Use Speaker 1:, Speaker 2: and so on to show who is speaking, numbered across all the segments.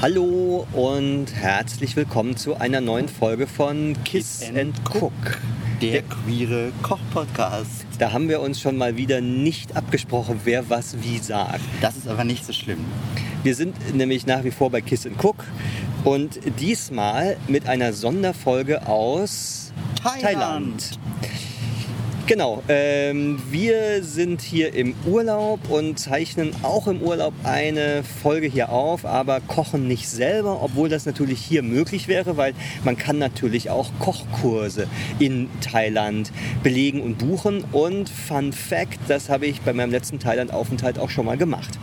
Speaker 1: Hallo und herzlich willkommen zu einer neuen Folge von Kiss
Speaker 2: Kiss
Speaker 1: and
Speaker 2: and
Speaker 1: Cook.
Speaker 2: Der queere Koch-Podcast.
Speaker 1: Da haben wir uns schon mal wieder nicht abgesprochen, wer was wie sagt.
Speaker 2: Das ist aber nicht so schlimm.
Speaker 1: Wir sind nämlich nach wie vor bei Kiss and Cook und diesmal mit einer Sonderfolge aus Thailand.
Speaker 2: Thailand.
Speaker 1: Genau, ähm, wir sind hier im Urlaub und zeichnen auch im Urlaub eine Folge hier auf, aber kochen nicht selber, obwohl das natürlich hier möglich wäre, weil man kann natürlich auch Kochkurse in Thailand belegen und buchen. Und Fun Fact, das habe ich bei meinem letzten Thailand-Aufenthalt auch schon mal gemacht.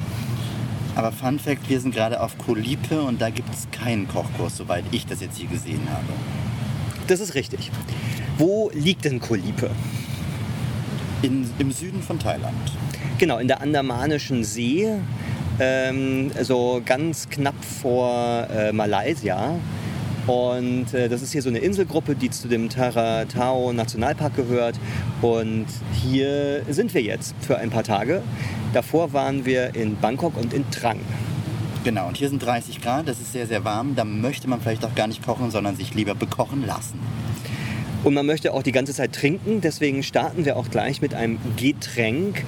Speaker 2: Aber Fun Fact, wir sind gerade auf Koh Lipe und da gibt es keinen Kochkurs, soweit ich das jetzt hier gesehen habe.
Speaker 1: Das ist richtig. Wo liegt denn Koh Lipe?
Speaker 2: In, Im Süden von Thailand.
Speaker 1: Genau, in der Andamanischen See, ähm, so ganz knapp vor äh, Malaysia. Und äh, das ist hier so eine Inselgruppe, die zu dem Tara Tao Nationalpark gehört. Und hier sind wir jetzt für ein paar Tage. Davor waren wir in Bangkok und in Trang.
Speaker 2: Genau, und hier sind 30 Grad, das ist sehr, sehr warm. Da möchte man vielleicht auch gar nicht kochen, sondern sich lieber bekochen lassen.
Speaker 1: Und man möchte auch die ganze Zeit trinken, deswegen starten wir auch gleich mit einem Getränk.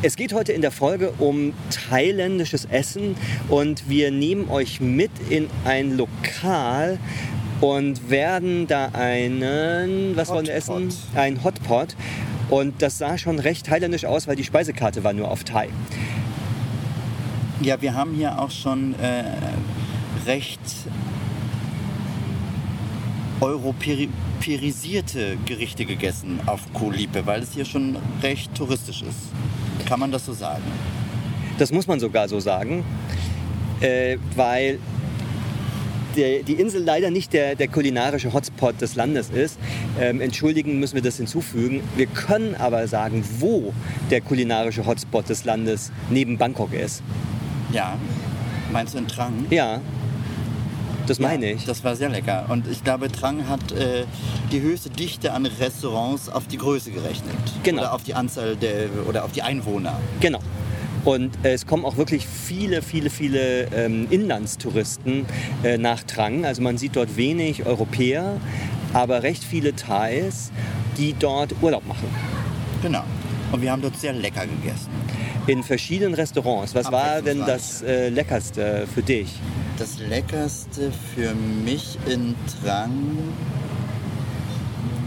Speaker 1: Es geht heute in der Folge um thailändisches Essen und wir nehmen euch mit in ein Lokal und werden da einen, was wollen wir
Speaker 2: Hotpot.
Speaker 1: essen? Ein Hotpot. Und das sah schon recht thailändisch aus, weil die Speisekarte war nur auf Thai.
Speaker 2: Ja, wir haben hier auch schon äh, recht europäisierte Gerichte gegessen auf Koh Lipe, weil es hier schon recht touristisch ist. Kann man das so sagen?
Speaker 1: Das muss man sogar so sagen, äh, weil der, die Insel leider nicht der, der kulinarische Hotspot des Landes ist. Ähm, entschuldigen müssen wir das hinzufügen. Wir können aber sagen, wo der kulinarische Hotspot des Landes neben Bangkok ist.
Speaker 2: Ja. Meinst du in Trang?
Speaker 1: Ja, das meine
Speaker 2: Ja,
Speaker 1: ich.
Speaker 2: Das war sehr lecker. Und ich glaube, Trang hat äh, die höchste Dichte an Restaurants auf die Größe gerechnet.
Speaker 1: Genau.
Speaker 2: Oder auf die Anzahl der, oder auf die Einwohner.
Speaker 1: Genau. Und äh, es kommen auch wirklich viele, viele, viele ähm, Inlandstouristen äh, nach Trang. Also man sieht dort wenig Europäer, aber recht viele Thais, die dort Urlaub machen.
Speaker 2: Genau. Und wir haben dort sehr lecker gegessen.
Speaker 1: In verschiedenen Restaurants. Was war denn das
Speaker 2: Abwechslungsreich.
Speaker 1: äh, Leckerste für dich?
Speaker 2: Das leckerste für mich in Trang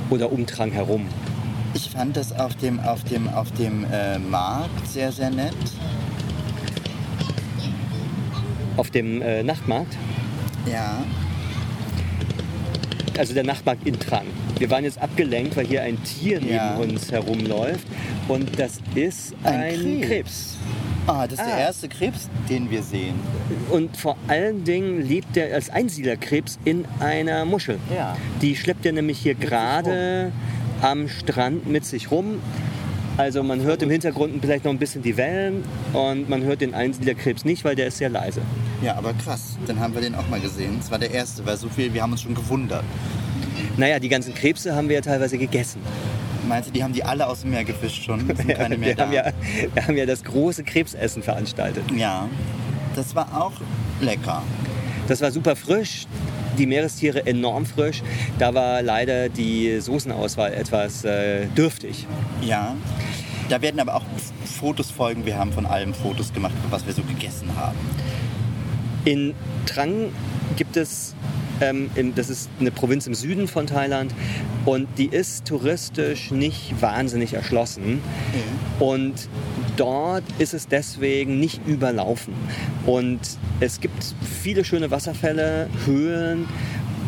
Speaker 1: Oder um Trang herum?
Speaker 2: Ich fand das auf dem, auf dem, auf dem äh, Markt sehr, sehr nett.
Speaker 1: Auf dem äh, Nachtmarkt?
Speaker 2: Ja.
Speaker 1: Also der Nachtmarkt in Trang. Wir waren jetzt abgelenkt, weil hier ein Tier
Speaker 2: Ja.
Speaker 1: neben uns herumläuft. Und das ist ein,
Speaker 2: Ein
Speaker 1: Krebs.
Speaker 2: Krebs. Ah, das ist
Speaker 1: Ah.
Speaker 2: der erste Krebs, den wir sehen.
Speaker 1: Und vor allen Dingen lebt er als Einsiedlerkrebs in einer Muschel.
Speaker 2: Ja.
Speaker 1: Die schleppt er nämlich hier
Speaker 2: sich
Speaker 1: gerade am Strand mit sich rum. Also man hört im Hintergrund vielleicht noch ein bisschen die Wellen und man hört den Einsiedlerkrebs nicht, weil der ist sehr leise.
Speaker 2: Ja, aber krass. Dann haben wir den auch mal gesehen. Es war der erste, weil so viel, wir haben uns schon gewundert.
Speaker 1: Naja, die ganzen Krebse haben wir ja teilweise gegessen.
Speaker 2: Meinst du, die haben die alle aus dem Meer gefischt schon? Es Sind keine mehr
Speaker 1: Wir
Speaker 2: da.
Speaker 1: haben, ja, wir haben ja das große Krebsessen veranstaltet.
Speaker 2: ja. Das war auch lecker.
Speaker 1: Das war super frisch, die Meerestiere enorm frisch. Da war leider die Soßenauswahl etwas äh, dürftig.
Speaker 2: Ja. Da werden aber auch Fotos folgen. Wir haben von allem Fotos gemacht, was wir so gegessen haben.
Speaker 1: In Trang gibt es, ähm, im, das ist eine Provinz im Süden von Thailand und die ist touristisch nicht wahnsinnig erschlossen. Und dort ist es deswegen nicht überlaufen. Und es gibt viele schöne Wasserfälle, Höhlen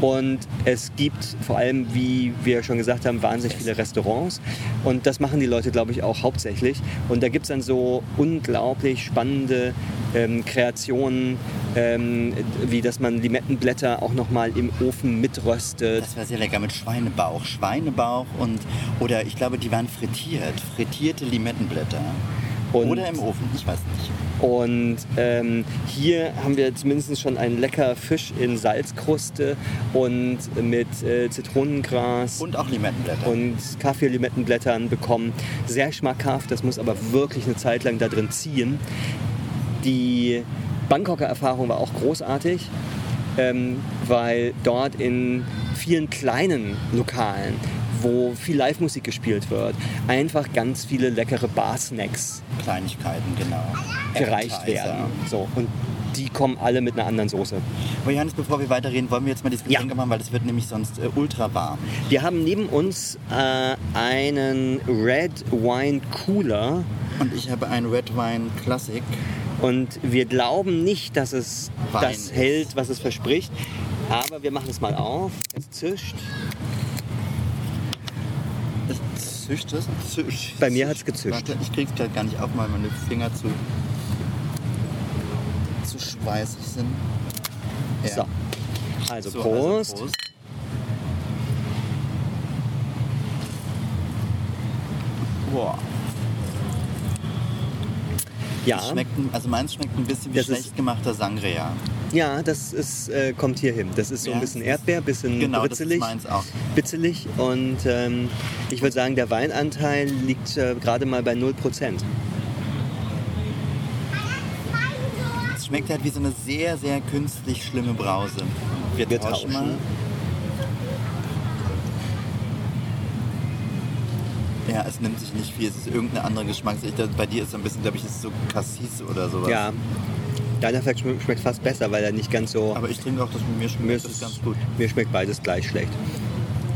Speaker 1: und es gibt vor allem, wie wir schon gesagt haben, wahnsinnig viele Restaurants. Und das machen die Leute, glaube ich, auch hauptsächlich. Und da gibt es dann so unglaublich spannende ähm, Kreationen, ähm, wie dass man Limettenblätter auch nochmal im Ofen mitröstet.
Speaker 2: Das war sehr lecker mit Schweinebauch. Schweinebauch und, oder ich glaube, die waren frittiert. Frittierte Limettenblätter.
Speaker 1: Und-
Speaker 2: oder im Ofen, ich weiß nicht.
Speaker 1: Und ähm, hier haben wir zumindest schon einen lecker Fisch in Salzkruste und mit äh, Zitronengras und,
Speaker 2: Und auch Limettenblätter.
Speaker 1: Kaffeelimettenblättern bekommen. Sehr schmackhaft, das muss aber wirklich eine Zeit lang da drin ziehen. Die Bangkoker Erfahrung war auch großartig, ähm, weil dort in vielen kleinen Lokalen, wo viel Live-Musik gespielt wird, einfach ganz viele leckere Bar-Snacks
Speaker 2: Kleinigkeiten, genau.
Speaker 1: gereicht
Speaker 2: Appetizer.
Speaker 1: werden. So, und die kommen alle mit einer anderen Soße.
Speaker 2: Aber Johannes, bevor wir weiterreden, wollen wir jetzt mal dieses
Speaker 1: Ja.
Speaker 2: Getränk machen, weil es wird nämlich sonst äh, ultra warm.
Speaker 1: Wir haben neben uns äh, einen Red Wine Cooler
Speaker 2: Und ich habe einen Red Wine Classic.
Speaker 1: und wir glauben nicht, dass es
Speaker 2: Wein
Speaker 1: das
Speaker 2: ist.
Speaker 1: hält, was es verspricht. Aber wir machen es mal auf. Es zischt.
Speaker 2: Es zischt es? Zisch.
Speaker 1: Bei mir hat's gezischt.
Speaker 2: Warte, ich krieg's gerade gar nicht auf, weil meine Finger zu, zu schweißig sind. Ja.
Speaker 1: So. Also
Speaker 2: So,
Speaker 1: Prost.
Speaker 2: also Prost. Boah.
Speaker 1: Ja,
Speaker 2: Es Schmeckt, ein- also meins schmeckt ein bisschen wie
Speaker 1: Das ist-
Speaker 2: schlecht gemachter Sangria.
Speaker 1: ja, das ist, äh, kommt hier hin. Das ist so ein
Speaker 2: Ja,
Speaker 1: bisschen
Speaker 2: das ist-
Speaker 1: Erdbeer, bisschen
Speaker 2: Genau,
Speaker 1: britzelig,
Speaker 2: das ist meins auch.
Speaker 1: bitzelig und ähm, ich würde sagen, der Weinanteil liegt äh, gerade mal bei 0%.
Speaker 2: Es schmeckt halt wie so eine sehr, sehr künstlich schlimme Brause. Wir,
Speaker 1: Wir tauschen.
Speaker 2: tauschen, mal. Ja, es nimmt sich nicht viel. Es ist irgendeine andere Geschmacksrichtung. Bei dir ist so ein bisschen, glaube ich, ist so Cassis oder sowas.
Speaker 1: Ja, deiner vielleicht schme- schmeckt fast besser, weil er nicht ganz so...
Speaker 2: Aber ich trinke auch das mit mir schmeckt
Speaker 1: mir, ist
Speaker 2: das
Speaker 1: es-
Speaker 2: ganz gut.
Speaker 1: mir schmeckt beides gleich schlecht.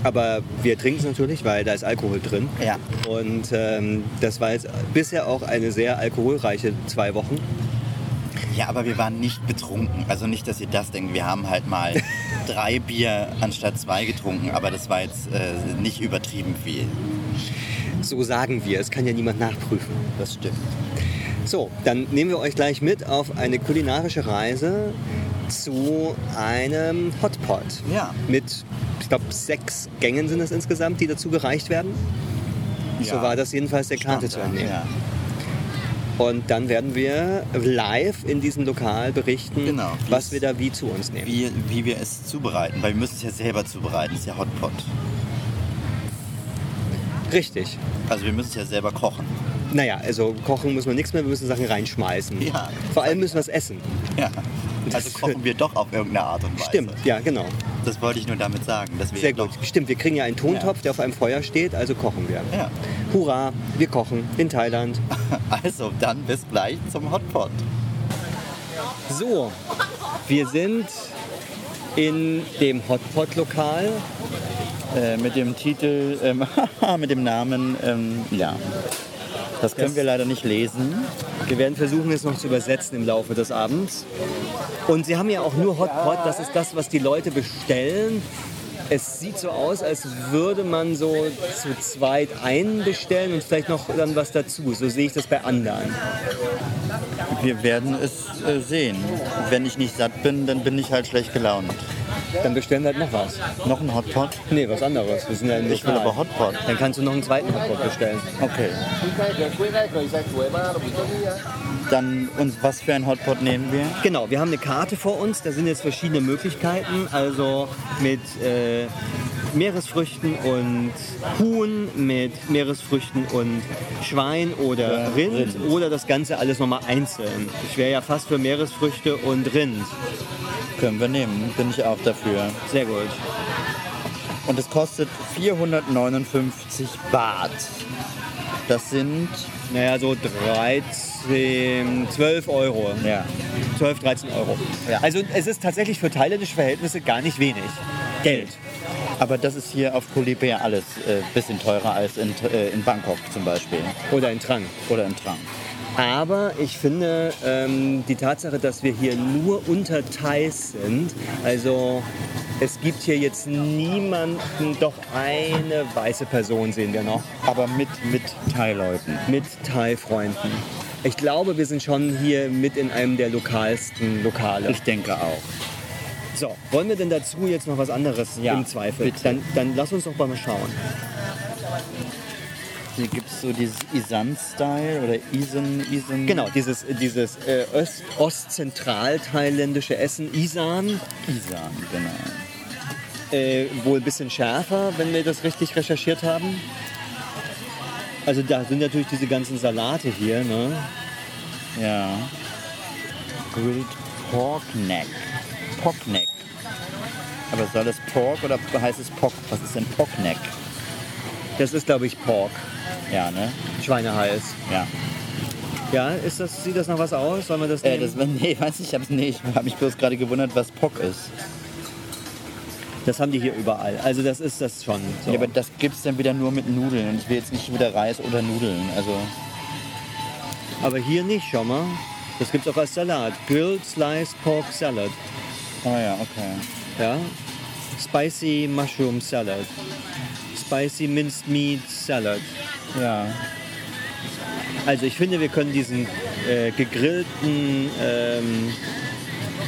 Speaker 1: Aber wir trinken es natürlich, weil da ist Alkohol drin.
Speaker 2: Ja.
Speaker 1: Und ähm, das war jetzt bisher auch eine sehr alkoholreiche zwei Wochen.
Speaker 2: Ja, aber wir waren nicht betrunken. Also nicht, dass ihr das denkt. Wir haben halt mal drei Bier anstatt zwei getrunken. Aber das war jetzt äh, nicht übertrieben viel.
Speaker 1: So sagen wir, es kann ja niemand nachprüfen.
Speaker 2: Das stimmt.
Speaker 1: So, dann nehmen wir euch gleich mit auf eine kulinarische Reise zu einem Hotpot.
Speaker 2: Ja.
Speaker 1: Mit, ich glaube, sechs Gängen sind es insgesamt, die dazu gereicht werden. So
Speaker 2: Ja.
Speaker 1: war das jedenfalls der Karte zu
Speaker 2: Stand-
Speaker 1: entnehmen.
Speaker 2: Ja.
Speaker 1: Und dann werden wir live in diesem Lokal berichten,
Speaker 2: Genau.
Speaker 1: was wir da wie zu uns nehmen.
Speaker 2: wie, wie wir es zubereiten, weil wir müssen es ja selber zubereiten, ist ja Hotpot.
Speaker 1: Richtig.
Speaker 2: Also wir müssen es ja selber kochen.
Speaker 1: Naja, also kochen müssen wir nichts mehr, wir müssen Sachen reinschmeißen.
Speaker 2: Ja.
Speaker 1: Vor allem müssen wir es essen.
Speaker 2: Ja. Also kochen wir doch auf irgendeine Art und Weise.
Speaker 1: Stimmt, ja, genau.
Speaker 2: Das wollte ich nur damit sagen. Dass wir
Speaker 1: Sehr
Speaker 2: doch,
Speaker 1: gut. Stimmt, wir kriegen ja einen Tontopf, der auf einem Feuer steht, also kochen wir.
Speaker 2: Ja.
Speaker 1: Hurra, wir kochen in Thailand.
Speaker 2: Also dann bis gleich zum Hotpot.
Speaker 1: So, wir sind in dem Hotpot-Lokal.
Speaker 2: Äh, mit dem Titel, ähm, mit dem Namen, ähm, ja. Das können wir leider nicht lesen.
Speaker 1: Wir werden versuchen, es noch zu übersetzen im Laufe des Abends. Und sie haben ja auch nur Hotpot, das ist das, was die Leute bestellen. Es sieht so aus, als würde man so zu zweit einen bestellen und vielleicht noch dann was dazu. So sehe ich das bei anderen.
Speaker 2: Wir werden es äh, sehen. Wenn ich nicht satt bin, dann bin ich halt schlecht gelaunt.
Speaker 1: Dann bestellen wir halt noch was.
Speaker 2: Noch ein Hotpot?
Speaker 1: Nee, was anderes. Wir sind ja im
Speaker 2: Ich will
Speaker 1: Lokal.
Speaker 2: aber Hotpot.
Speaker 1: Dann kannst du noch einen zweiten Hotpot bestellen.
Speaker 2: Okay. Dann, und was für ein Hotpot nehmen wir?
Speaker 1: Genau, wir haben eine Karte vor uns, da sind jetzt verschiedene Möglichkeiten, also mit äh, Meeresfrüchten und Huhn, mit Meeresfrüchten und Schwein oder
Speaker 2: Ja,
Speaker 1: Rind,
Speaker 2: Rind.
Speaker 1: oder das Ganze alles nochmal einzeln. Ich wäre ja fast für Meeresfrüchte und Rind.
Speaker 2: Können wir nehmen, bin ich auch dafür.
Speaker 1: Sehr gut.
Speaker 2: Und es kostet 459 Baht. Das sind,
Speaker 1: Naja, so 13, 12 Euro.
Speaker 2: ja,
Speaker 1: 12, 13 Euro.
Speaker 2: Ja.
Speaker 1: Also es ist tatsächlich für thailändische Verhältnisse gar nicht wenig. Geld.
Speaker 2: aber das ist hier auf Koh Lipe ja alles äh, bisschen teurer als in, äh, in Bangkok zum Beispiel
Speaker 1: Oder in Trang.
Speaker 2: oder in Trang.
Speaker 1: Aber ich finde ähm, die Tatsache, dass wir hier nur unter Thais sind, also es gibt hier jetzt niemanden, doch eine weiße Person sehen wir noch
Speaker 2: Aber mit, mit Thai-Leuten.
Speaker 1: mit Thai-Freunden. Ich glaube, wir sind schon hier mit in einem der lokalsten Lokale.
Speaker 2: Ich denke auch.
Speaker 1: So, wollen wir denn dazu jetzt noch was anderes
Speaker 2: Ja,
Speaker 1: im Zweifel?
Speaker 2: bitte.
Speaker 1: Dann, dann lass uns doch mal schauen.
Speaker 2: Hier gibt es so dieses Isan-Style oder Isan, Isan.
Speaker 1: Genau, dieses, dieses äh, Öst- ostzentral-thailändische Essen, Isan,
Speaker 2: Isan, genau.
Speaker 1: äh, wohl ein bisschen schärfer, wenn wir das richtig recherchiert haben. Also da sind natürlich diese ganzen Salate hier, ne?
Speaker 2: Ja. Grilled Pork Neck. Pork Neck. Aber soll es Pork oder heißt es Pock? Was ist denn Pock Neck?
Speaker 1: Das ist, glaube ich, Pork.
Speaker 2: Ja, ne?
Speaker 1: Schweinehals.
Speaker 2: Ja.
Speaker 1: Ja, ist das, sieht das noch was aus? Sollen wir das
Speaker 2: Äh,
Speaker 1: nehmen?
Speaker 2: das, nee, weiß nicht, ich hab's nicht. Ich hab mich bloß gerade gewundert, was Pock ist.
Speaker 1: Das haben die hier überall. Also das ist das schon. So.
Speaker 2: Ja, aber das gibt's dann wieder nur mit Nudeln. Und ich will jetzt nicht wieder Reis oder Nudeln. Also,
Speaker 1: Aber hier nicht, schau mal. Das gibt's auch als Salat. Grilled Sliced Pork Salad.
Speaker 2: oh ja, okay.
Speaker 1: Ja? Spicy Mushroom Salad. Spicy Minced Meat Salad.
Speaker 2: Ja.
Speaker 1: Also ich finde, wir können diesen äh, gegrillten, ähm,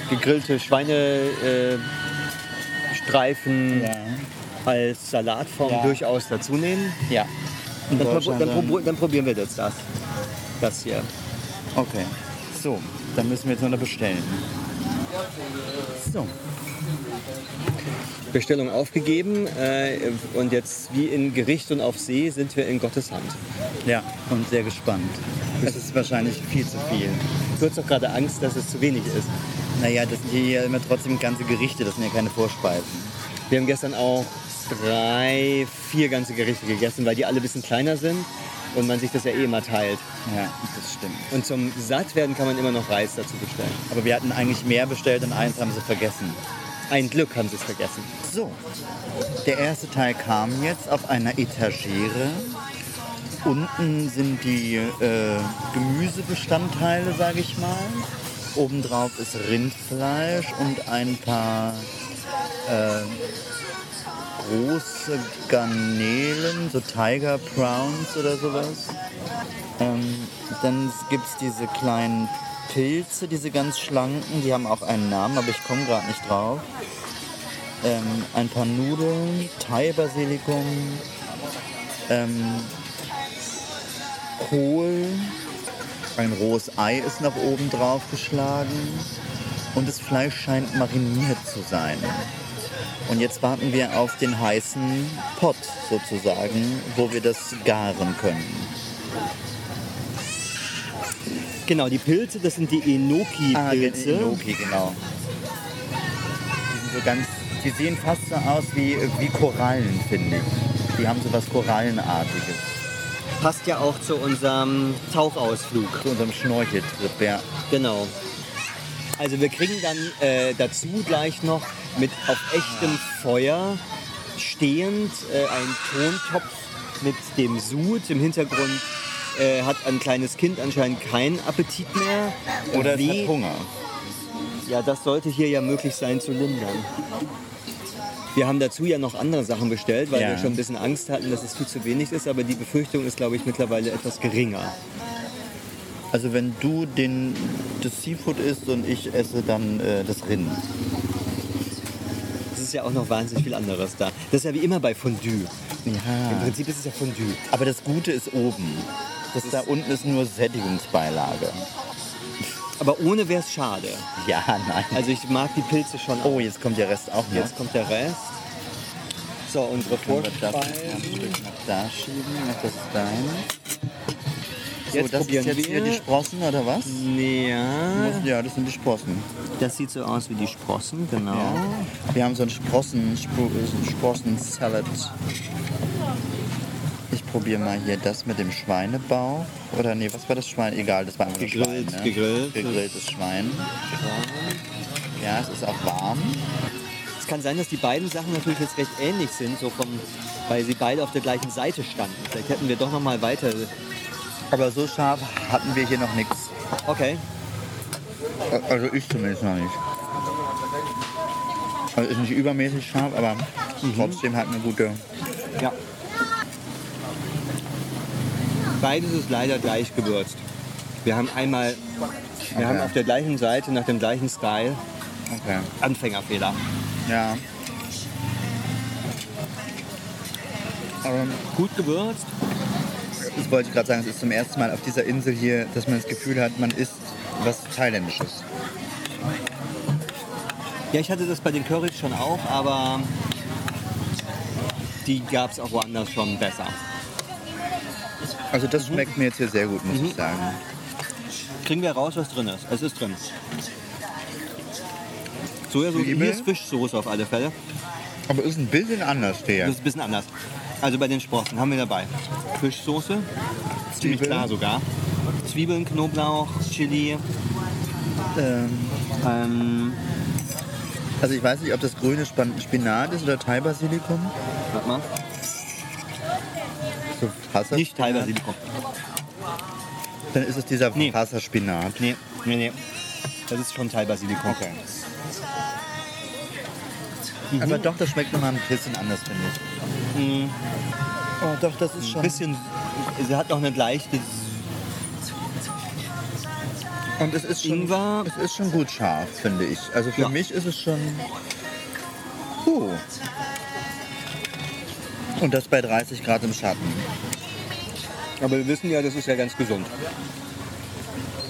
Speaker 1: gegrillte Schweinestreifen äh, Streifen
Speaker 2: Ja.
Speaker 1: als Salatform
Speaker 2: Ja.
Speaker 1: durchaus dazu nehmen.
Speaker 2: Ja. In
Speaker 1: Dann, prob
Speaker 2: Deutschland
Speaker 1: dann, prob dann probieren wir jetzt das. Das hier.
Speaker 2: Okay. So, dann müssen wir jetzt noch eine bestellen. So.
Speaker 1: Bestellung aufgegeben äh, und jetzt wie in Gericht und auf See sind wir in Gottes Hand.
Speaker 2: Ja, und sehr gespannt. Es ist wahrscheinlich viel zu viel.
Speaker 1: Du hast doch gerade Angst, dass es zu wenig ist.
Speaker 2: Naja, das sind hier ja immer trotzdem ganze Gerichte, das sind ja keine Vorspeisen.
Speaker 1: Wir haben gestern auch drei, vier ganze Gerichte gegessen, weil die alle ein bisschen kleiner sind und man sich das ja eh immer teilt.
Speaker 2: Ja, das stimmt.
Speaker 1: Und zum Sattwerden kann man immer noch Reis dazu bestellen.
Speaker 2: Aber wir hatten eigentlich mehr bestellt und eins haben sie vergessen.
Speaker 1: Ein Glück haben sie es vergessen.
Speaker 2: So, der erste Teil kam jetzt auf einer Etagere. Unten sind die äh, Gemüsebestandteile, sage ich mal. Obendrauf ist Rindfleisch und ein paar äh, große Garnelen, so Tiger Prawns oder sowas. Ähm, dann gibt es diese kleinen Pilze, diese ganz schlanken, die haben auch einen Namen, aber ich komme gerade nicht drauf ähm, ein paar Nudeln, Thai-Basilikum, ähm, Kohl, ein rohes Ei ist nach oben drauf geschlagen und das Fleisch scheint mariniert zu sein. Und jetzt warten wir auf den heißen Pot sozusagen, wo wir das garen können.
Speaker 1: Genau, die Pilze, das sind die Enoki-Pilze.
Speaker 2: Ah, gen- Enoki, genau. Die sind so ganz, die sehen fast so aus wie, wie Korallen, finde ich. Die haben so was Korallenartiges.
Speaker 1: Passt ja auch zu unserem Tauchausflug.
Speaker 2: Zu unserem Schnorcheltrip, ja.
Speaker 1: Genau. Also wir kriegen dann äh, dazu gleich noch mit auf echtem Feuer stehend äh, einen Tontopf mit dem Sud. Im Hintergrund äh, hat ein kleines Kind anscheinend keinen Appetit mehr.
Speaker 2: Oder es
Speaker 1: Weh-
Speaker 2: hat Hunger.
Speaker 1: Ja, das sollte hier ja möglich sein zu lindern. Wir haben dazu ja noch andere Sachen bestellt, weil
Speaker 2: Ja.
Speaker 1: wir schon ein bisschen Angst hatten, dass es viel zu wenig ist. Aber die Befürchtung ist, glaube ich, mittlerweile etwas geringer.
Speaker 2: Also wenn du den, das Seafood isst und ich esse dann äh, das Rind.
Speaker 1: Es ist ja auch noch wahnsinnig viel anderes da. Das ist ja wie immer bei Fondue. Im
Speaker 2: Ja.
Speaker 1: Prinzip ist es ja Fondue.
Speaker 2: Aber das Gute ist oben. Das da unten ist nur Sättigungsbeilage.
Speaker 1: Aber ohne wäre es schade.
Speaker 2: Ja, nein.
Speaker 1: Also ich mag die Pilze schon. auch.
Speaker 2: oh, jetzt kommt der Rest auch noch.
Speaker 1: Jetzt kommt der Rest. So, unsere
Speaker 2: Können wir das
Speaker 1: Vorspeisen.
Speaker 2: ein Stück nach da schieben? Nach das dein. So,
Speaker 1: Jetzt
Speaker 2: das
Speaker 1: probieren
Speaker 2: ist jetzt hier
Speaker 1: wir.
Speaker 2: die Sprossen oder was?
Speaker 1: Ja,
Speaker 2: Ja, das sind die Sprossen.
Speaker 1: das sieht so aus wie die Sprossen, genau.
Speaker 2: Wir haben so einen Sprossen, Spro- äh, Sprossen-Salad. Ich probiere mal hier das mit dem Schweinebauch. Oder nee, was war das Schwein? Egal, das war einfach
Speaker 1: Gegrillt,
Speaker 2: Schwein, ne?
Speaker 1: gegrillt.
Speaker 2: Gegrilltes Schwein. Ja, es ist auch warm.
Speaker 1: Es kann sein, dass die beiden Sachen natürlich jetzt recht ähnlich sind, so vom, weil sie beide auf der gleichen Seite standen. Vielleicht hätten wir doch noch mal weiter.
Speaker 2: Aber so scharf hatten wir hier noch nichts.
Speaker 1: Okay.
Speaker 2: Also ich zumindest noch nicht. Also ist nicht übermäßig scharf, aber
Speaker 1: Mhm.
Speaker 2: trotzdem hat eine gute.
Speaker 1: Ja. Beides ist leider gleich gewürzt. Wir haben einmal, wir haben auf der gleichen Seite nach dem gleichen Style
Speaker 2: Okay.
Speaker 1: Anfängerfehler.
Speaker 2: Ja. Aber
Speaker 1: Gut gewürzt.
Speaker 2: das wollte ich gerade sagen, es ist zum ersten Mal auf dieser Insel hier, dass man das Gefühl hat, man isst was Thailändisches.
Speaker 1: Ja, ich hatte das bei den Currys schon auch, aber die gab es auch woanders schon besser.
Speaker 2: Also
Speaker 3: Mhm.
Speaker 2: das schmeckt mir jetzt hier sehr gut, muss ich sagen.
Speaker 1: Kriegen wir raus, was drin ist. Es ist drin. Sojasauce.
Speaker 3: Zwiebel.
Speaker 1: Hier ist Fischsoße auf alle Fälle.
Speaker 3: Aber ist ein bisschen anders der.
Speaker 1: Das ist ein bisschen anders. Also bei den Sprossen haben wir dabei Fischsoße, ziemlich
Speaker 3: Zwiebeln.
Speaker 1: klar sogar. Zwiebeln, Knoblauch, Chili.
Speaker 3: Ähm,
Speaker 1: Ähm,
Speaker 3: also ich weiß nicht, ob das grüne Span Spinat ist oder Thai-Basilikum.
Speaker 1: warte mal.
Speaker 3: So Wasser
Speaker 1: Nicht teilweise Basilikum.
Speaker 3: Dann ist es dieser
Speaker 1: Nee.
Speaker 3: Wasserspinat.
Speaker 1: Nee, nee, nee. Das ist schon Teil Basilikum.
Speaker 3: Okay.
Speaker 2: Mhm.
Speaker 3: Aber doch, das schmeckt nochmal ein bisschen anders, finde ich.
Speaker 1: Mm,
Speaker 3: Oh, doch, das ist
Speaker 1: Ein
Speaker 3: schon.
Speaker 1: bisschen, sie hat noch eine leichte
Speaker 3: Und es ist schon,
Speaker 1: Ingwer.
Speaker 3: es ist schon gut scharf, finde ich. Also für
Speaker 1: Ja.
Speaker 3: mich ist es schon. Puh. Und das bei 30 Grad im Schatten.
Speaker 1: Aber wir wissen ja, das ist ja ganz gesund.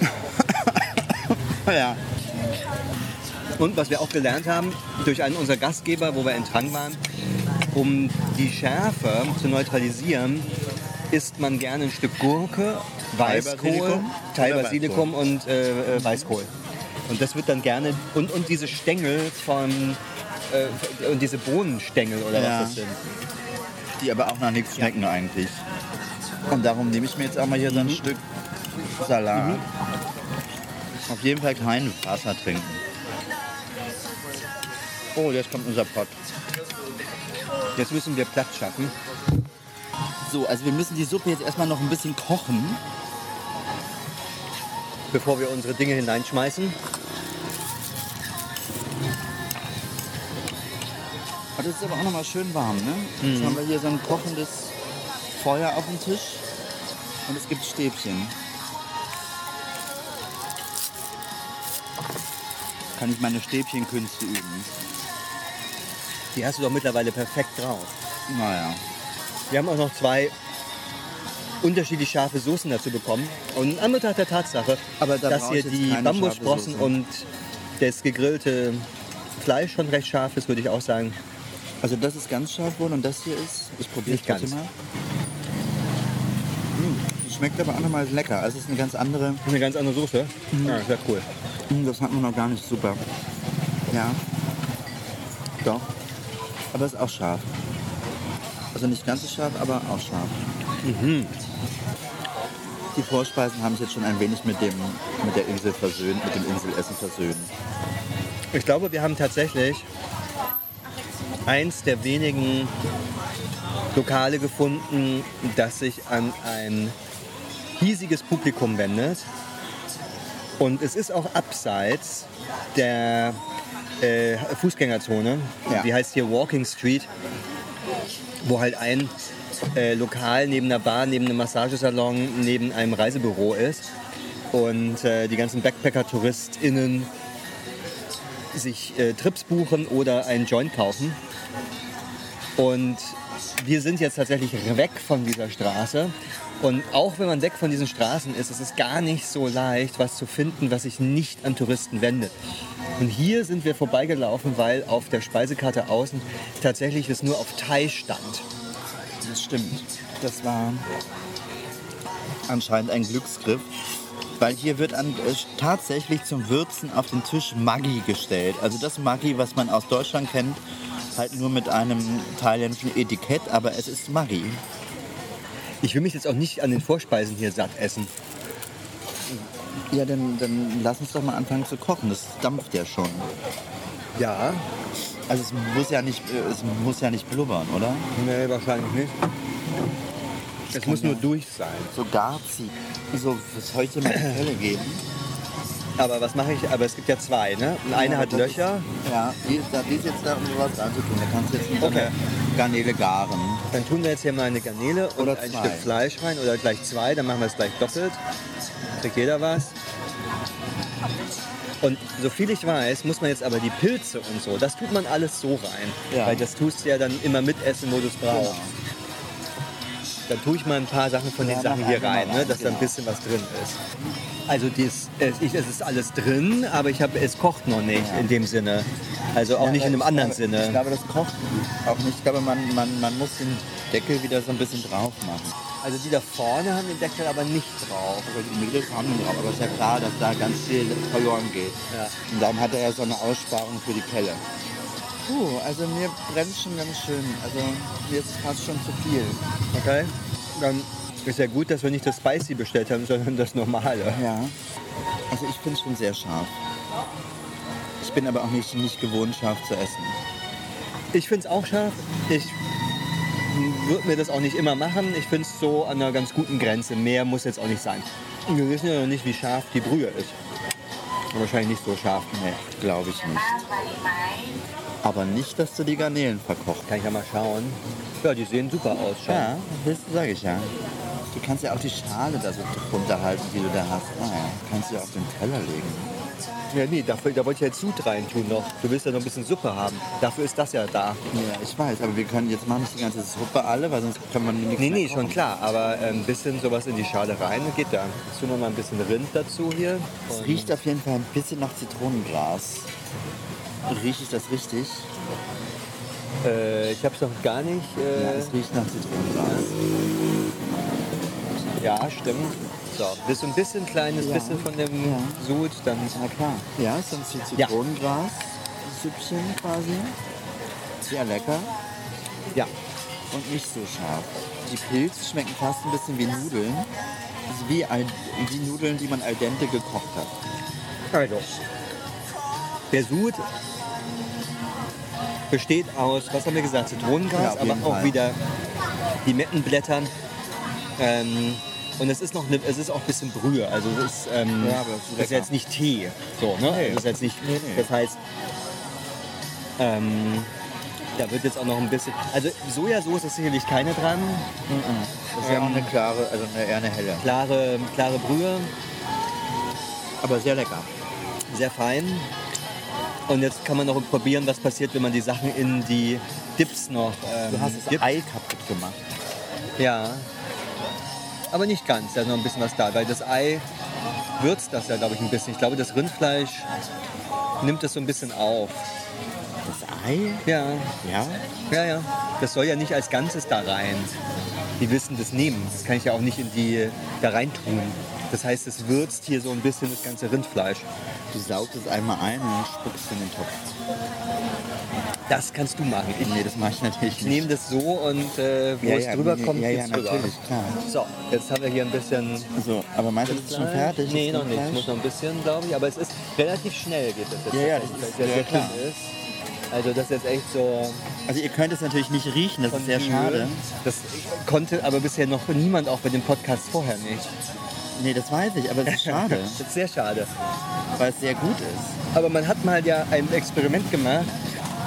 Speaker 3: Ja.
Speaker 1: Und was wir auch gelernt haben, durch einen unserer Gastgeber, wo wir in Trang waren, um die Schärfe zu neutralisieren, isst man gerne ein Stück Gurke, Weißkohl,
Speaker 3: Thai-Basilikum oder
Speaker 1: Thai-Basilikum und äh, äh, Weißkohl. Und das wird dann gerne, und, und diese Stängel von, äh, und diese Bohnenstängel oder
Speaker 3: Ja.
Speaker 1: was das sind.
Speaker 3: Die aber auch nach nichts schmecken eigentlich. Und darum nehme ich mir jetzt auch mal hier so ein
Speaker 2: Mhm.
Speaker 3: Stück Salat. Auf jeden Fall kein Wasser trinken. Oh, jetzt kommt unser Pott.
Speaker 1: Jetzt müssen wir Platz schaffen.
Speaker 2: So, also wir müssen die Suppe jetzt erstmal noch ein bisschen kochen.
Speaker 1: bevor wir unsere Dinge hineinschmeißen.
Speaker 2: Aber das ist aber auch nochmal schön warm, ne?
Speaker 3: Mhm.
Speaker 2: Jetzt haben wir hier so ein kochendes Feuer auf dem Tisch und es gibt Stäbchen. Kann ich meine Stäbchenkünste üben?
Speaker 1: Die hast du doch mittlerweile perfekt drauf.
Speaker 3: Naja.
Speaker 1: Wir haben auch noch zwei unterschiedlich scharfe Soßen dazu bekommen. Und in Anbetracht der Tatsache,
Speaker 2: Aber da
Speaker 1: dass
Speaker 2: brauche
Speaker 1: hier
Speaker 2: ich jetzt
Speaker 1: die
Speaker 2: keine
Speaker 1: Bambussprossen
Speaker 2: scharfe Soße.
Speaker 1: und das gegrillte Fleisch schon recht scharf ist, würde ich auch sagen.
Speaker 2: Also das ist ganz scharf wohl und das hier ist, ich probiere
Speaker 1: Nicht
Speaker 2: es trotzdem
Speaker 1: ganz.
Speaker 2: mal.
Speaker 3: Hm, Schmeckt aber auch nochmal lecker. Also es ist eine ganz andere.
Speaker 1: Eine ganz andere Soße.
Speaker 2: Mhm.
Speaker 1: Ja, das wäre cool.
Speaker 2: Hm, Das hatten wir noch gar nicht super.
Speaker 3: Ja.
Speaker 2: Doch.
Speaker 3: Aber es ist auch scharf.
Speaker 2: Also nicht ganz so scharf, aber auch scharf.
Speaker 1: Mhm.
Speaker 3: Die Vorspeisen haben sich jetzt schon ein wenig mit dem mit der Insel versöhnt, mit dem Inselessen versöhnt.
Speaker 1: Ich glaube, wir haben tatsächlich eins der wenigen Lokale gefunden, das sich an ein hiesiges Publikum wendet. Und es ist auch abseits der äh, Fußgängerzone,
Speaker 3: Ja.
Speaker 1: die heißt hier Walking Street, wo halt ein äh, Lokal neben einer Bar, neben einem Massagesalon, neben einem Reisebüro ist. Und äh, die ganzen Backpacker-TouristInnen sich äh, Trips buchen oder einen Joint kaufen. Und wir sind jetzt tatsächlich weg von dieser Straße. Und auch wenn man weg von diesen Straßen ist, ist es gar nicht so leicht, was zu finden, was sich nicht an Touristen wendet. Und hier sind wir vorbeigelaufen, weil auf der Speisekarte außen tatsächlich es nur auf Thai stand.
Speaker 2: Das stimmt. Das war
Speaker 3: Anscheinend ein Glücksgriff.
Speaker 2: Weil hier wird an, äh, tatsächlich zum Würzen auf den Tisch Maggi gestellt. Also das Maggi, was man aus Deutschland kennt, halt nur mit einem thailändischen Etikett, aber es ist Maggi.
Speaker 1: Ich will mich jetzt auch nicht an den Vorspeisen hier satt essen.
Speaker 2: Ja, dann, dann lass uns doch mal anfangen zu kochen. Das dampft ja schon.
Speaker 1: Ja,
Speaker 2: Also es muss ja nicht, äh, es muss ja nicht blubbern, oder?
Speaker 1: nee, wahrscheinlich nicht. Es muss nur durch sein.
Speaker 2: So Garzi. So, was heute mal in die Hölle geben.
Speaker 1: Aber was mache ich? Aber es gibt ja zwei, ne? Und eine
Speaker 2: Ja,
Speaker 1: hat
Speaker 2: das
Speaker 1: Löcher.
Speaker 2: Ist, ja, die ist, da, die ist jetzt da, um sowas dran zu tun. Da kannst du jetzt nicht
Speaker 1: Okay.
Speaker 2: Garnele garen.
Speaker 1: Dann tun wir jetzt hier mal eine Garnele und
Speaker 2: Oder
Speaker 1: ein
Speaker 2: zwei.
Speaker 1: Stück Fleisch rein oder gleich zwei, dann machen wir es gleich doppelt. Kriegt jeder was. Und so viel ich weiß, muss man jetzt aber die Pilze und so, das tut man alles so rein.
Speaker 2: Ja.
Speaker 1: Weil das tust du ja dann immer mitessen, wo du es brauchst.
Speaker 2: Genau.
Speaker 1: Dann tue ich mal ein paar Sachen von
Speaker 2: Ja,
Speaker 1: den Sachen
Speaker 2: mach
Speaker 1: hier
Speaker 2: einfach mal
Speaker 1: rein, ne,
Speaker 2: rein,
Speaker 1: dass da ein
Speaker 2: genau.
Speaker 1: bisschen was drin ist. Also dies, es, ich, es ist alles drin, aber ich hab, es kocht noch nicht in dem Sinne. Also auch nicht in einem
Speaker 2: Ich
Speaker 1: anderen
Speaker 2: glaube- Ich
Speaker 1: Sinne.
Speaker 2: glaube, das kocht auch nicht. Ich glaube, man, man, man muss den Deckel wieder so ein bisschen drauf machen.
Speaker 1: Also die da vorne haben den Deckel aber nicht drauf.
Speaker 2: Also die Mädels haben ihn drauf, aber ist ja klar, dass da ganz viel verloren geht.
Speaker 1: Ja.
Speaker 2: Und darum hatte er so eine Aussparung für die Kelle.
Speaker 4: Puh, also mir brennt schon ganz schön. Also mir ist fast schon zu viel.
Speaker 1: Okay. Dann ist ja gut, dass wir nicht das Spicy bestellt haben, sondern das Normale.
Speaker 4: Ja.
Speaker 2: Also ich finde es schon sehr scharf. Ich bin aber auch nicht, nicht gewohnt, scharf zu essen.
Speaker 1: Ich finde es auch scharf. Ich würde mir das auch nicht immer machen. Ich finde es so an einer ganz guten Grenze. Mehr muss jetzt auch nicht sein. Wir wissen ja noch nicht, wie scharf die Brühe ist. Wahrscheinlich nicht so scharf.
Speaker 2: Nee, glaube ich nicht. Aber nicht, dass du die Garnelen verkocht.
Speaker 1: Kann ich ja mal schauen. Ja, die sehen super aus. Schon.
Speaker 2: Ja, das sage ich ja. Du kannst ja auch die Schale da so runterhalten, die du da hast. Ah, ja. Kannst du ja auf den Teller legen.
Speaker 1: ja nee, da, da wollte ich ja Sud reintun noch. Du willst ja noch ein bisschen Suppe haben. Dafür ist das ja da.
Speaker 2: Ja, ich weiß, aber wir können jetzt machen nicht die ganze Suppe alle, weil sonst können wir nichts
Speaker 1: Nee,
Speaker 2: mehr
Speaker 1: nee,
Speaker 2: kochen.
Speaker 1: schon klar. Aber äh, ein bisschen sowas in die Schale rein geht da. Jetzt tun wir mal ein bisschen Rind dazu hier.
Speaker 2: Es riecht auf jeden Fall ein bisschen nach Zitronengras. Rieche ich das richtig?
Speaker 1: Äh, ich habe es noch gar nicht.
Speaker 2: Ja,
Speaker 1: Äh,
Speaker 2: es riecht nach Zitronengras.
Speaker 1: Ja, stimmt. So, willst du ein bisschen, kleines
Speaker 2: Ja.
Speaker 1: bisschen von dem
Speaker 2: Ja.
Speaker 1: Sud, dann...
Speaker 2: Na klar. Ja, ist dann viel
Speaker 1: Ja.
Speaker 2: Zitronengras. Süppchen quasi. Sehr lecker
Speaker 1: Ja,
Speaker 2: und nicht so scharf. Die Pilze schmecken fast ein bisschen wie Nudeln. Also wie al die Nudeln, die man al dente gekocht hat.
Speaker 1: also. Der Sud besteht aus, was haben wir gesagt,
Speaker 2: Ja,
Speaker 1: Zitronengras,
Speaker 2: auf
Speaker 1: aber
Speaker 2: jeden
Speaker 1: auch
Speaker 2: Fall.
Speaker 1: wieder Limettenblättern. Ähm, und es ist noch ne, es ist auch ein bisschen Brühe, also es ist, ähm,
Speaker 2: Ja, aber es ist
Speaker 1: das ist
Speaker 2: lecker.
Speaker 1: jetzt nicht Tee, so, ne?
Speaker 2: Nee.
Speaker 1: Das ist jetzt nicht,
Speaker 2: Nee, nee.
Speaker 1: das heißt, ähm, da wird jetzt auch noch ein bisschen, also Sojasauce ist sicherlich keine dran,
Speaker 2: Das ist ja auch eine klare, also eine, eher eine helle.
Speaker 1: klare, klare Brühe,
Speaker 2: Aber sehr lecker.
Speaker 1: sehr fein. Und jetzt kann man noch probieren, was passiert, wenn man die Sachen in die Dips noch ähm,
Speaker 2: Du hast das
Speaker 1: gibt.
Speaker 2: Ei kaputt gemacht.
Speaker 1: Ja. Aber nicht ganz, da ist noch ein bisschen was da, weil das Ei würzt das ja, glaube ich, ein bisschen. Ich glaube, das Rindfleisch nimmt das so ein bisschen auf.
Speaker 2: Das Ei?
Speaker 1: Ja,
Speaker 2: Ja.
Speaker 1: ja, ja. Das soll ja nicht als Ganzes da rein. Die wissen das nehmen. Das kann ich ja auch nicht in die da rein tun. Das heißt, es würzt hier so ein bisschen das ganze Rindfleisch.
Speaker 2: Du saugst es einmal ein und dann spuckst du in den Topf.
Speaker 1: Das kannst du machen. Ich
Speaker 2: Nee, das mache ich natürlich
Speaker 1: Ich nehme das so und äh, wo
Speaker 2: Ja,
Speaker 1: es
Speaker 2: ja,
Speaker 1: drüber
Speaker 2: nee,
Speaker 1: kommt,
Speaker 2: ja, ja,
Speaker 1: geht's drüber.
Speaker 2: natürlich, klar.
Speaker 1: So, jetzt haben wir hier ein bisschen.
Speaker 2: So, aber meinst du, das ist schon fertig?
Speaker 1: Nee,
Speaker 2: Ist
Speaker 1: noch
Speaker 2: das
Speaker 1: nicht.
Speaker 2: Fleisch?
Speaker 1: Muss noch ein bisschen, glaube ich. Aber es ist relativ schnell geht das jetzt.
Speaker 2: Ja, ja,
Speaker 1: tatsächlich,
Speaker 2: das ist-
Speaker 1: weil es
Speaker 2: ja,
Speaker 1: sehr
Speaker 2: klar.
Speaker 1: dünn Ist. Also das ist jetzt echt so.
Speaker 2: Also ihr könnt es natürlich nicht riechen, das ist sehr
Speaker 1: Fondue.
Speaker 2: schade.
Speaker 1: Das konnte aber bisher noch niemand auch bei dem Podcast vorher nicht.
Speaker 2: Nee, das weiß ich, aber es ist schade,
Speaker 1: Das ist sehr schade.
Speaker 2: weil es sehr gut ist.
Speaker 1: Aber man hat mal ja ein Experiment gemacht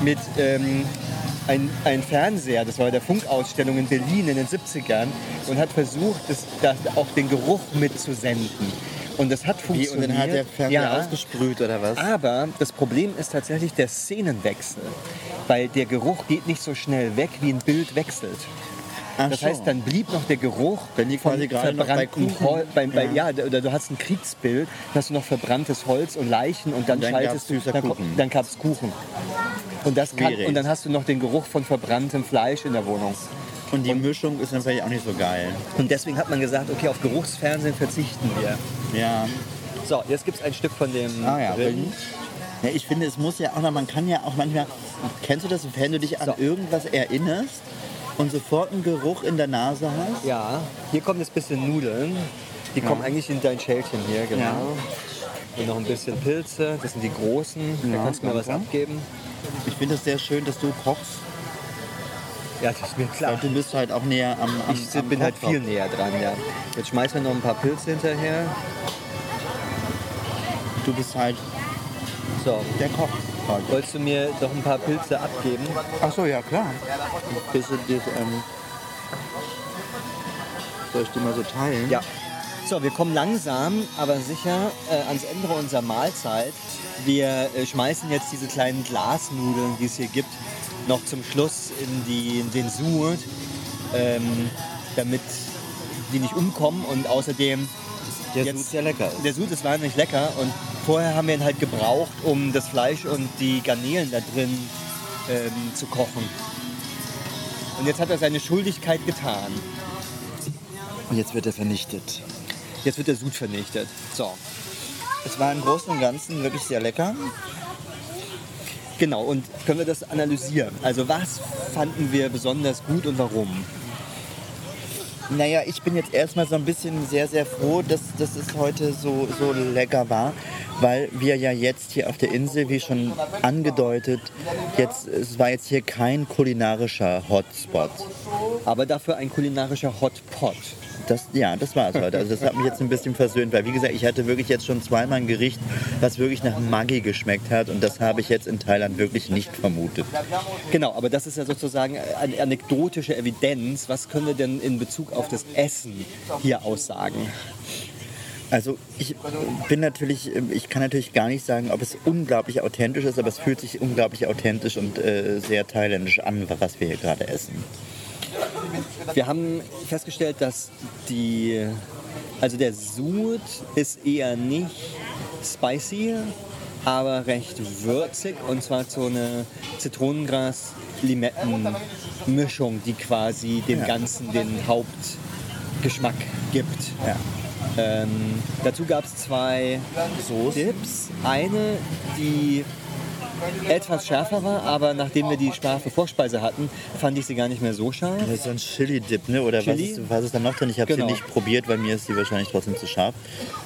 Speaker 1: mit ähm, ein, ein Fernseher, das war bei der Funkausstellung in Berlin in den 70ern, und hat versucht, das, das, auch den Geruch mitzusenden. Und das hat
Speaker 2: Wie, und
Speaker 1: funktioniert.
Speaker 2: dann hat der Fernseher
Speaker 1: ja,
Speaker 2: ausgesprüht oder was?
Speaker 1: aber das Problem ist tatsächlich der Szenenwechsel, weil der Geruch geht nicht so schnell weg, wie ein Bild wechselt.
Speaker 2: Ach
Speaker 1: Das
Speaker 2: so.
Speaker 1: heißt, dann blieb noch der Geruch
Speaker 2: Wenn die quasi gerade noch bei
Speaker 1: verbrannten
Speaker 2: Kuchen-
Speaker 1: Hol- bei, bei, ja. oder du hast ein Kriegsbild, dann hast du noch verbranntes Holz und Leichen und dann,
Speaker 2: Und dann gab's
Speaker 1: schaltest du,
Speaker 2: süßer
Speaker 1: dann, ko-
Speaker 2: Kuchen.
Speaker 1: dann gab es Kuchen. Und, das kann,
Speaker 2: Schwierig.
Speaker 1: und dann hast du noch den Geruch von verbranntem Fleisch in der Wohnung.
Speaker 2: Und die Mischung ist natürlich auch nicht so geil.
Speaker 1: Und deswegen hat man gesagt, okay, auf Geruchsfernsehen verzichten wir.
Speaker 2: Ja.
Speaker 1: So, jetzt gibt es ein Stück von dem
Speaker 2: Ah ja,
Speaker 1: Rind.
Speaker 2: ja, ich finde, es muss ja auch noch, man kann ja auch manchmal, kennst du das, wenn du dich an
Speaker 1: So.
Speaker 2: irgendwas erinnerst und sofort einen Geruch in der Nase hast?
Speaker 1: Ja, hier kommen jetzt ein bisschen Nudeln. Die kommen eigentlich in dein Schälchen hier, genau.
Speaker 2: Ja.
Speaker 1: Und noch ein bisschen Pilze, das sind die großen. da
Speaker 2: Ja,
Speaker 1: kannst du mir was
Speaker 2: danke.
Speaker 1: abgeben.
Speaker 2: Ich finde es sehr schön, dass du kochst.
Speaker 1: Ja, das ist mir
Speaker 2: Weil
Speaker 1: klar.
Speaker 2: du bist halt auch näher am, am
Speaker 1: Ich
Speaker 2: am
Speaker 1: bin halt
Speaker 2: Kochtopf.
Speaker 1: viel näher dran, ja. Jetzt schmeißen wir noch ein paar Pilze hinterher.
Speaker 2: Du bist halt
Speaker 1: So,
Speaker 2: der Koch.
Speaker 1: wolltest du mir doch ein paar Pilze abgeben?
Speaker 2: Ach so, ja klar. Bist du dich, ähm, soll ich die mal so teilen?
Speaker 1: Ja. So, wir kommen langsam, aber sicher äh, ans Ende unserer Mahlzeit. Wir äh, schmeißen jetzt diese kleinen Glasnudeln, die es hier gibt, noch zum Schluss in, die, in den Sud, ähm, damit die nicht umkommen. Und außerdem,
Speaker 2: Der
Speaker 1: Jetzt-
Speaker 2: Sud sehr lecker ist.
Speaker 1: der Sud ist wahnsinnig lecker. Und vorher haben wir ihn halt gebraucht, um das Fleisch und die Garnelen da drin ähm, zu kochen. Und jetzt hat er seine Schuldigkeit getan.
Speaker 2: Und jetzt wird er vernichtet.
Speaker 1: Jetzt wird der Sud vernichtet. So,
Speaker 2: Es war im Großen und Ganzen wirklich sehr lecker.
Speaker 1: genau. Und können wir das analysieren? Also was fanden wir besonders gut und warum?
Speaker 2: Naja, ich bin jetzt erstmal so ein bisschen sehr, sehr froh, dass, dass es heute so, so lecker war, weil wir ja jetzt hier auf der Insel, wie schon angedeutet, jetzt, es war jetzt hier kein kulinarischer Hotspot.
Speaker 1: Aber dafür ein kulinarischer Hotpot.
Speaker 2: Das, ja, das war es heute. Also das hat mich jetzt ein bisschen versöhnt, weil wie gesagt, ich hatte wirklich jetzt schon zweimal ein Gericht, was wirklich nach Maggi geschmeckt hat und das habe ich jetzt in Thailand wirklich nicht vermutet.
Speaker 1: Genau, aber das ist ja sozusagen eine anekdotische Evidenz. Was können wir denn in Bezug auf das Essen hier aussagen?
Speaker 2: Also ich bin natürlich, ich kann natürlich gar nicht sagen, ob es unglaublich authentisch ist, aber es fühlt sich unglaublich authentisch und äh, sehr thailändisch an, was wir hier gerade essen.
Speaker 1: Wir haben festgestellt, dass die, also der Sud ist eher nicht spicy, aber recht würzig und zwar so eine Zitronengras-Limetten-Mischung, die quasi dem
Speaker 2: Ja.
Speaker 1: Ganzen den Hauptgeschmack gibt.
Speaker 2: Ja.
Speaker 1: Ähm, dazu gab es zwei Dips. Eine, die etwas schärfer war, aber nachdem wir die scharfe Vorspeise hatten, fand ich sie gar nicht mehr so scharf.
Speaker 2: Das ist so ein Chili-Dip, ne? oder
Speaker 1: Chili?
Speaker 2: Was, ist, was ist da noch drin? Ich habe
Speaker 1: Genau.
Speaker 2: sie nicht probiert, weil mir ist die wahrscheinlich trotzdem zu scharf.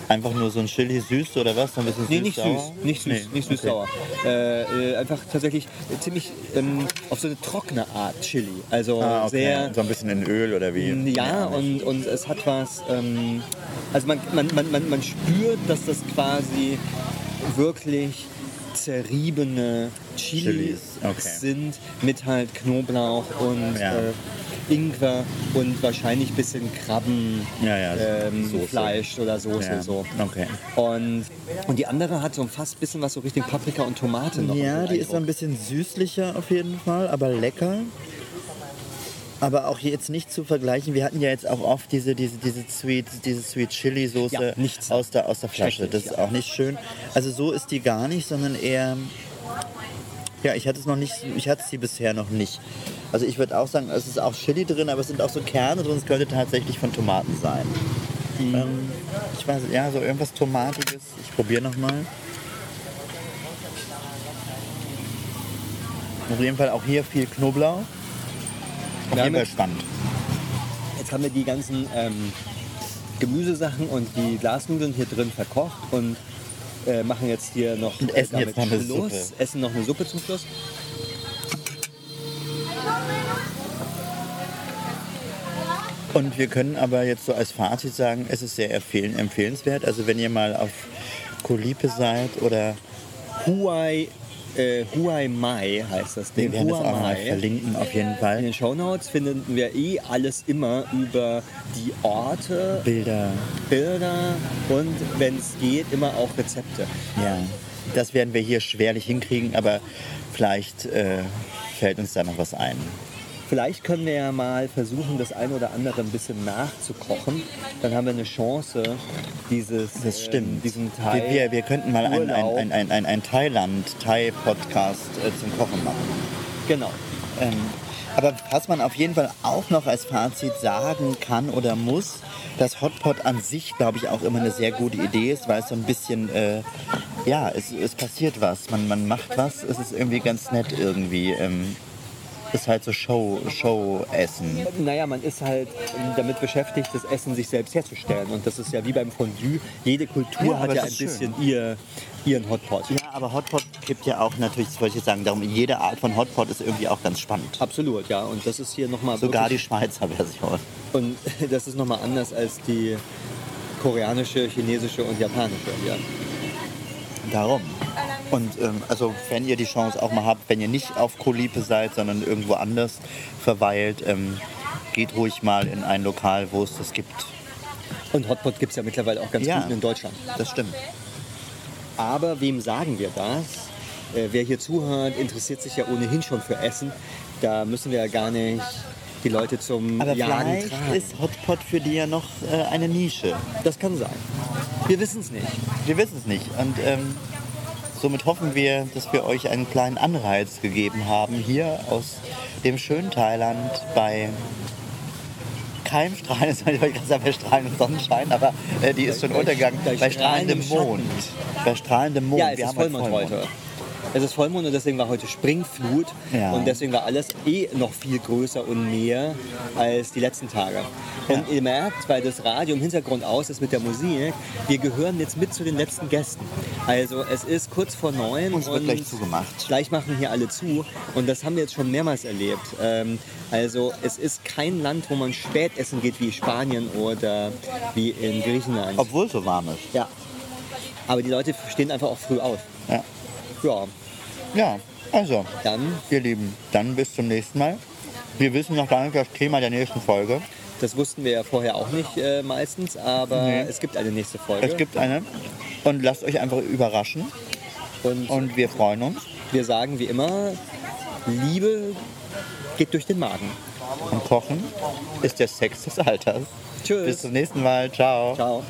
Speaker 2: Einfach nur so ein Chili süß oder was? Dann ein bisschen
Speaker 1: Nee,
Speaker 2: süß,
Speaker 1: nicht
Speaker 2: sauer?
Speaker 1: süß, nicht süß,
Speaker 2: Nee,
Speaker 1: nicht süß
Speaker 2: okay.
Speaker 1: sauer. Äh, äh, einfach tatsächlich ziemlich ähm, auf so eine trockene Art Chili. Also
Speaker 2: Ah, okay.
Speaker 1: sehr,
Speaker 2: so ein bisschen in Öl oder wie?
Speaker 1: Ja, und, und es hat was, ähm, also man, man, man, man, man spürt, dass das quasi wirklich zerriebene Chilis
Speaker 2: Chilis, okay.
Speaker 1: sind mit halt Knoblauch und
Speaker 2: Ja.
Speaker 1: äh, Ingwer und wahrscheinlich bisschen Krabben,
Speaker 2: Ja, ja,
Speaker 1: ähm,
Speaker 2: Soße.
Speaker 1: Fleisch oder Soße
Speaker 2: Ja,
Speaker 1: so.
Speaker 2: okay.
Speaker 1: Und, und die andere hat so fast bisschen was so richtig Paprika und Tomate noch.
Speaker 2: Ja,
Speaker 1: im
Speaker 2: die ist so
Speaker 1: Eindruck.
Speaker 2: ein bisschen süßlicher auf jeden Fall, aber lecker. Aber auch hier jetzt nicht zu vergleichen. Wir hatten ja jetzt auch oft diese, diese, diese Sweet, diese Sweet Chili
Speaker 1: Ja,
Speaker 2: Soße
Speaker 1: nichts.
Speaker 2: aus, der, aus der Flasche.
Speaker 1: Schrecklich,
Speaker 2: Das ist
Speaker 1: ja.
Speaker 2: auch nicht schön. Also so ist die gar nicht, sondern eher. Ja, ich hatte es noch nicht, ich hatte sie bisher noch nicht. Also ich würde auch sagen, es ist auch Chili drin, aber es sind auch so Kerne drin. Es könnte tatsächlich von Tomaten sein. Ähm, ich weiß, ja, so irgendwas Tomatiges. Ich probiere nochmal. Auf jeden Fall auch hier viel Knoblauch. Auf
Speaker 1: Ja,
Speaker 2: jeden Fall
Speaker 1: Mensch.
Speaker 2: spannend.
Speaker 1: Also, Jetzt haben wir die ganzen ähm, Gemüsesachen und die Glasnudeln hier drin verkocht und äh, machen jetzt hier noch äh,
Speaker 2: Und essen jetzt
Speaker 1: damit
Speaker 2: noch eine
Speaker 1: Schluss,
Speaker 2: Suppe.
Speaker 1: essen noch eine Suppe zum Schluss.
Speaker 2: Und wir können aber jetzt so als Fazit sagen, es ist sehr empfehlen, empfehlenswert. Also wenn ihr mal auf Kolipe seid oder
Speaker 1: Huai, äh, Huai Mai heißt das
Speaker 2: wir
Speaker 1: Ding.
Speaker 2: werden das
Speaker 1: Hua
Speaker 2: auch mal
Speaker 1: Mai.
Speaker 2: verlinken auf jeden
Speaker 1: In
Speaker 2: Fall.
Speaker 1: den Shownotes finden wir eh alles immer über die Orte,
Speaker 2: Bilder,
Speaker 1: Bilder und wenn es geht, immer auch Rezepte.
Speaker 2: ja. Das werden wir hier schwerlich hinkriegen, aber vielleicht äh, fällt uns da noch was ein.
Speaker 1: Vielleicht können wir ja mal versuchen, das eine oder andere ein bisschen nachzukochen. Dann haben wir eine Chance, dieses,
Speaker 2: Das
Speaker 1: ähm,
Speaker 2: stimmt.
Speaker 1: diesen
Speaker 2: Wir,
Speaker 1: Teil.
Speaker 2: wir, wir könnten mal einen ein,
Speaker 1: Urlaub.
Speaker 2: ein, ein, ein, ein Thailand-Thai-Podcast äh, zum Kochen machen.
Speaker 1: Genau.
Speaker 2: Ähm, aber was man auf jeden Fall auch noch als Fazit sagen kann oder muss, dass Hotpot an sich, glaube ich, auch immer eine sehr gute Idee ist, weil es so ein bisschen, äh, ja, es, es passiert was. Man, man macht was, es ist irgendwie ganz nett irgendwie. Ähm, ist halt so Show, Show-Essen.
Speaker 1: Naja, man ist halt ähm, damit beschäftigt, das Essen sich selbst herzustellen. Und das ist ja wie beim Fondue. Jede Kultur
Speaker 2: Ja,
Speaker 1: hat
Speaker 2: aber
Speaker 1: ja
Speaker 2: es
Speaker 1: ein
Speaker 2: ist schön.
Speaker 1: bisschen ihr, ihren Hotpot.
Speaker 2: Ja, aber Hotpot gibt ja auch natürlich, das wollte ich jetzt sagen, darum, jede Art von Hotpot ist irgendwie auch ganz spannend.
Speaker 1: Absolut, ja. Und das ist hier nochmal
Speaker 2: Sogar die Schweizer Version.
Speaker 1: Und das ist nochmal anders als die koreanische, chinesische und japanische. Ja.
Speaker 2: Darum. Und ähm, also wenn ihr die Chance auch mal habt, wenn ihr nicht auf Kolipe seid, sondern irgendwo anders verweilt, ähm, geht ruhig mal in ein Lokal, wo es das gibt.
Speaker 1: Und Hotpot gibt es ja mittlerweile auch ganz
Speaker 2: Ja.
Speaker 1: gut in Deutschland.
Speaker 2: Das stimmt.
Speaker 1: Aber wem sagen wir das? Äh, wer hier zuhört, interessiert sich ja ohnehin schon für Essen. Da müssen wir ja gar nicht die Leute zum
Speaker 2: Aber
Speaker 1: Jagen
Speaker 2: vielleicht
Speaker 1: tragen.
Speaker 2: ist Hotpot für die ja noch äh, eine Nische.
Speaker 1: das kann sein. Wir wissen es nicht.
Speaker 2: Wir wissen es nicht. Und ähm, somit hoffen wir, dass wir euch einen kleinen Anreiz gegeben haben, hier aus dem schönen Thailand bei Keimstrahlen ist, ich wollte gerade sagen, bei strahlendem Sonnenschein, aber äh, die ist schon untergegangen. Bei, strahlendem Mond. Bei strahlendem Mond.
Speaker 1: Ja, es ist Vollmond, heute. Es ist Vollmond und deswegen war heute Springflut
Speaker 2: Ja.
Speaker 1: und deswegen war alles eh noch viel größer und mehr als die letzten Tage. Und ihr merkt, weil das Radio im Hintergrund aus ist mit der Musik, wir gehören jetzt mit zu den letzten Gästen. Also es ist kurz vor neun
Speaker 2: Uns wird gleich zugemacht.
Speaker 1: Gleich machen hier alle zu und das haben wir jetzt schon mehrmals erlebt. Ähm, also es ist kein Land, wo man spät essen geht wie Spanien oder wie in Griechenland.
Speaker 2: Obwohl es so warm ist.
Speaker 1: ja. Aber die Leute stehen einfach auch früh auf.
Speaker 2: Ja.
Speaker 1: Ja,
Speaker 2: ja, also,
Speaker 1: dann
Speaker 2: ihr Lieben, dann bis zum nächsten Mal. Wir wissen noch gar nicht das Thema der nächsten Folge.
Speaker 1: Das wussten wir ja vorher auch nicht äh, meistens, aber
Speaker 2: Nee.
Speaker 1: es gibt eine nächste Folge.
Speaker 2: Es gibt eine. Und lasst euch einfach überraschen.
Speaker 1: und,
Speaker 2: Und wir freuen uns.
Speaker 1: wir sagen wie immer, Liebe geht durch den Magen.
Speaker 2: Und kochen ist der Sex des Alters.
Speaker 1: Tschüss.
Speaker 2: Bis zum nächsten Mal. Ciao.
Speaker 1: Ciao.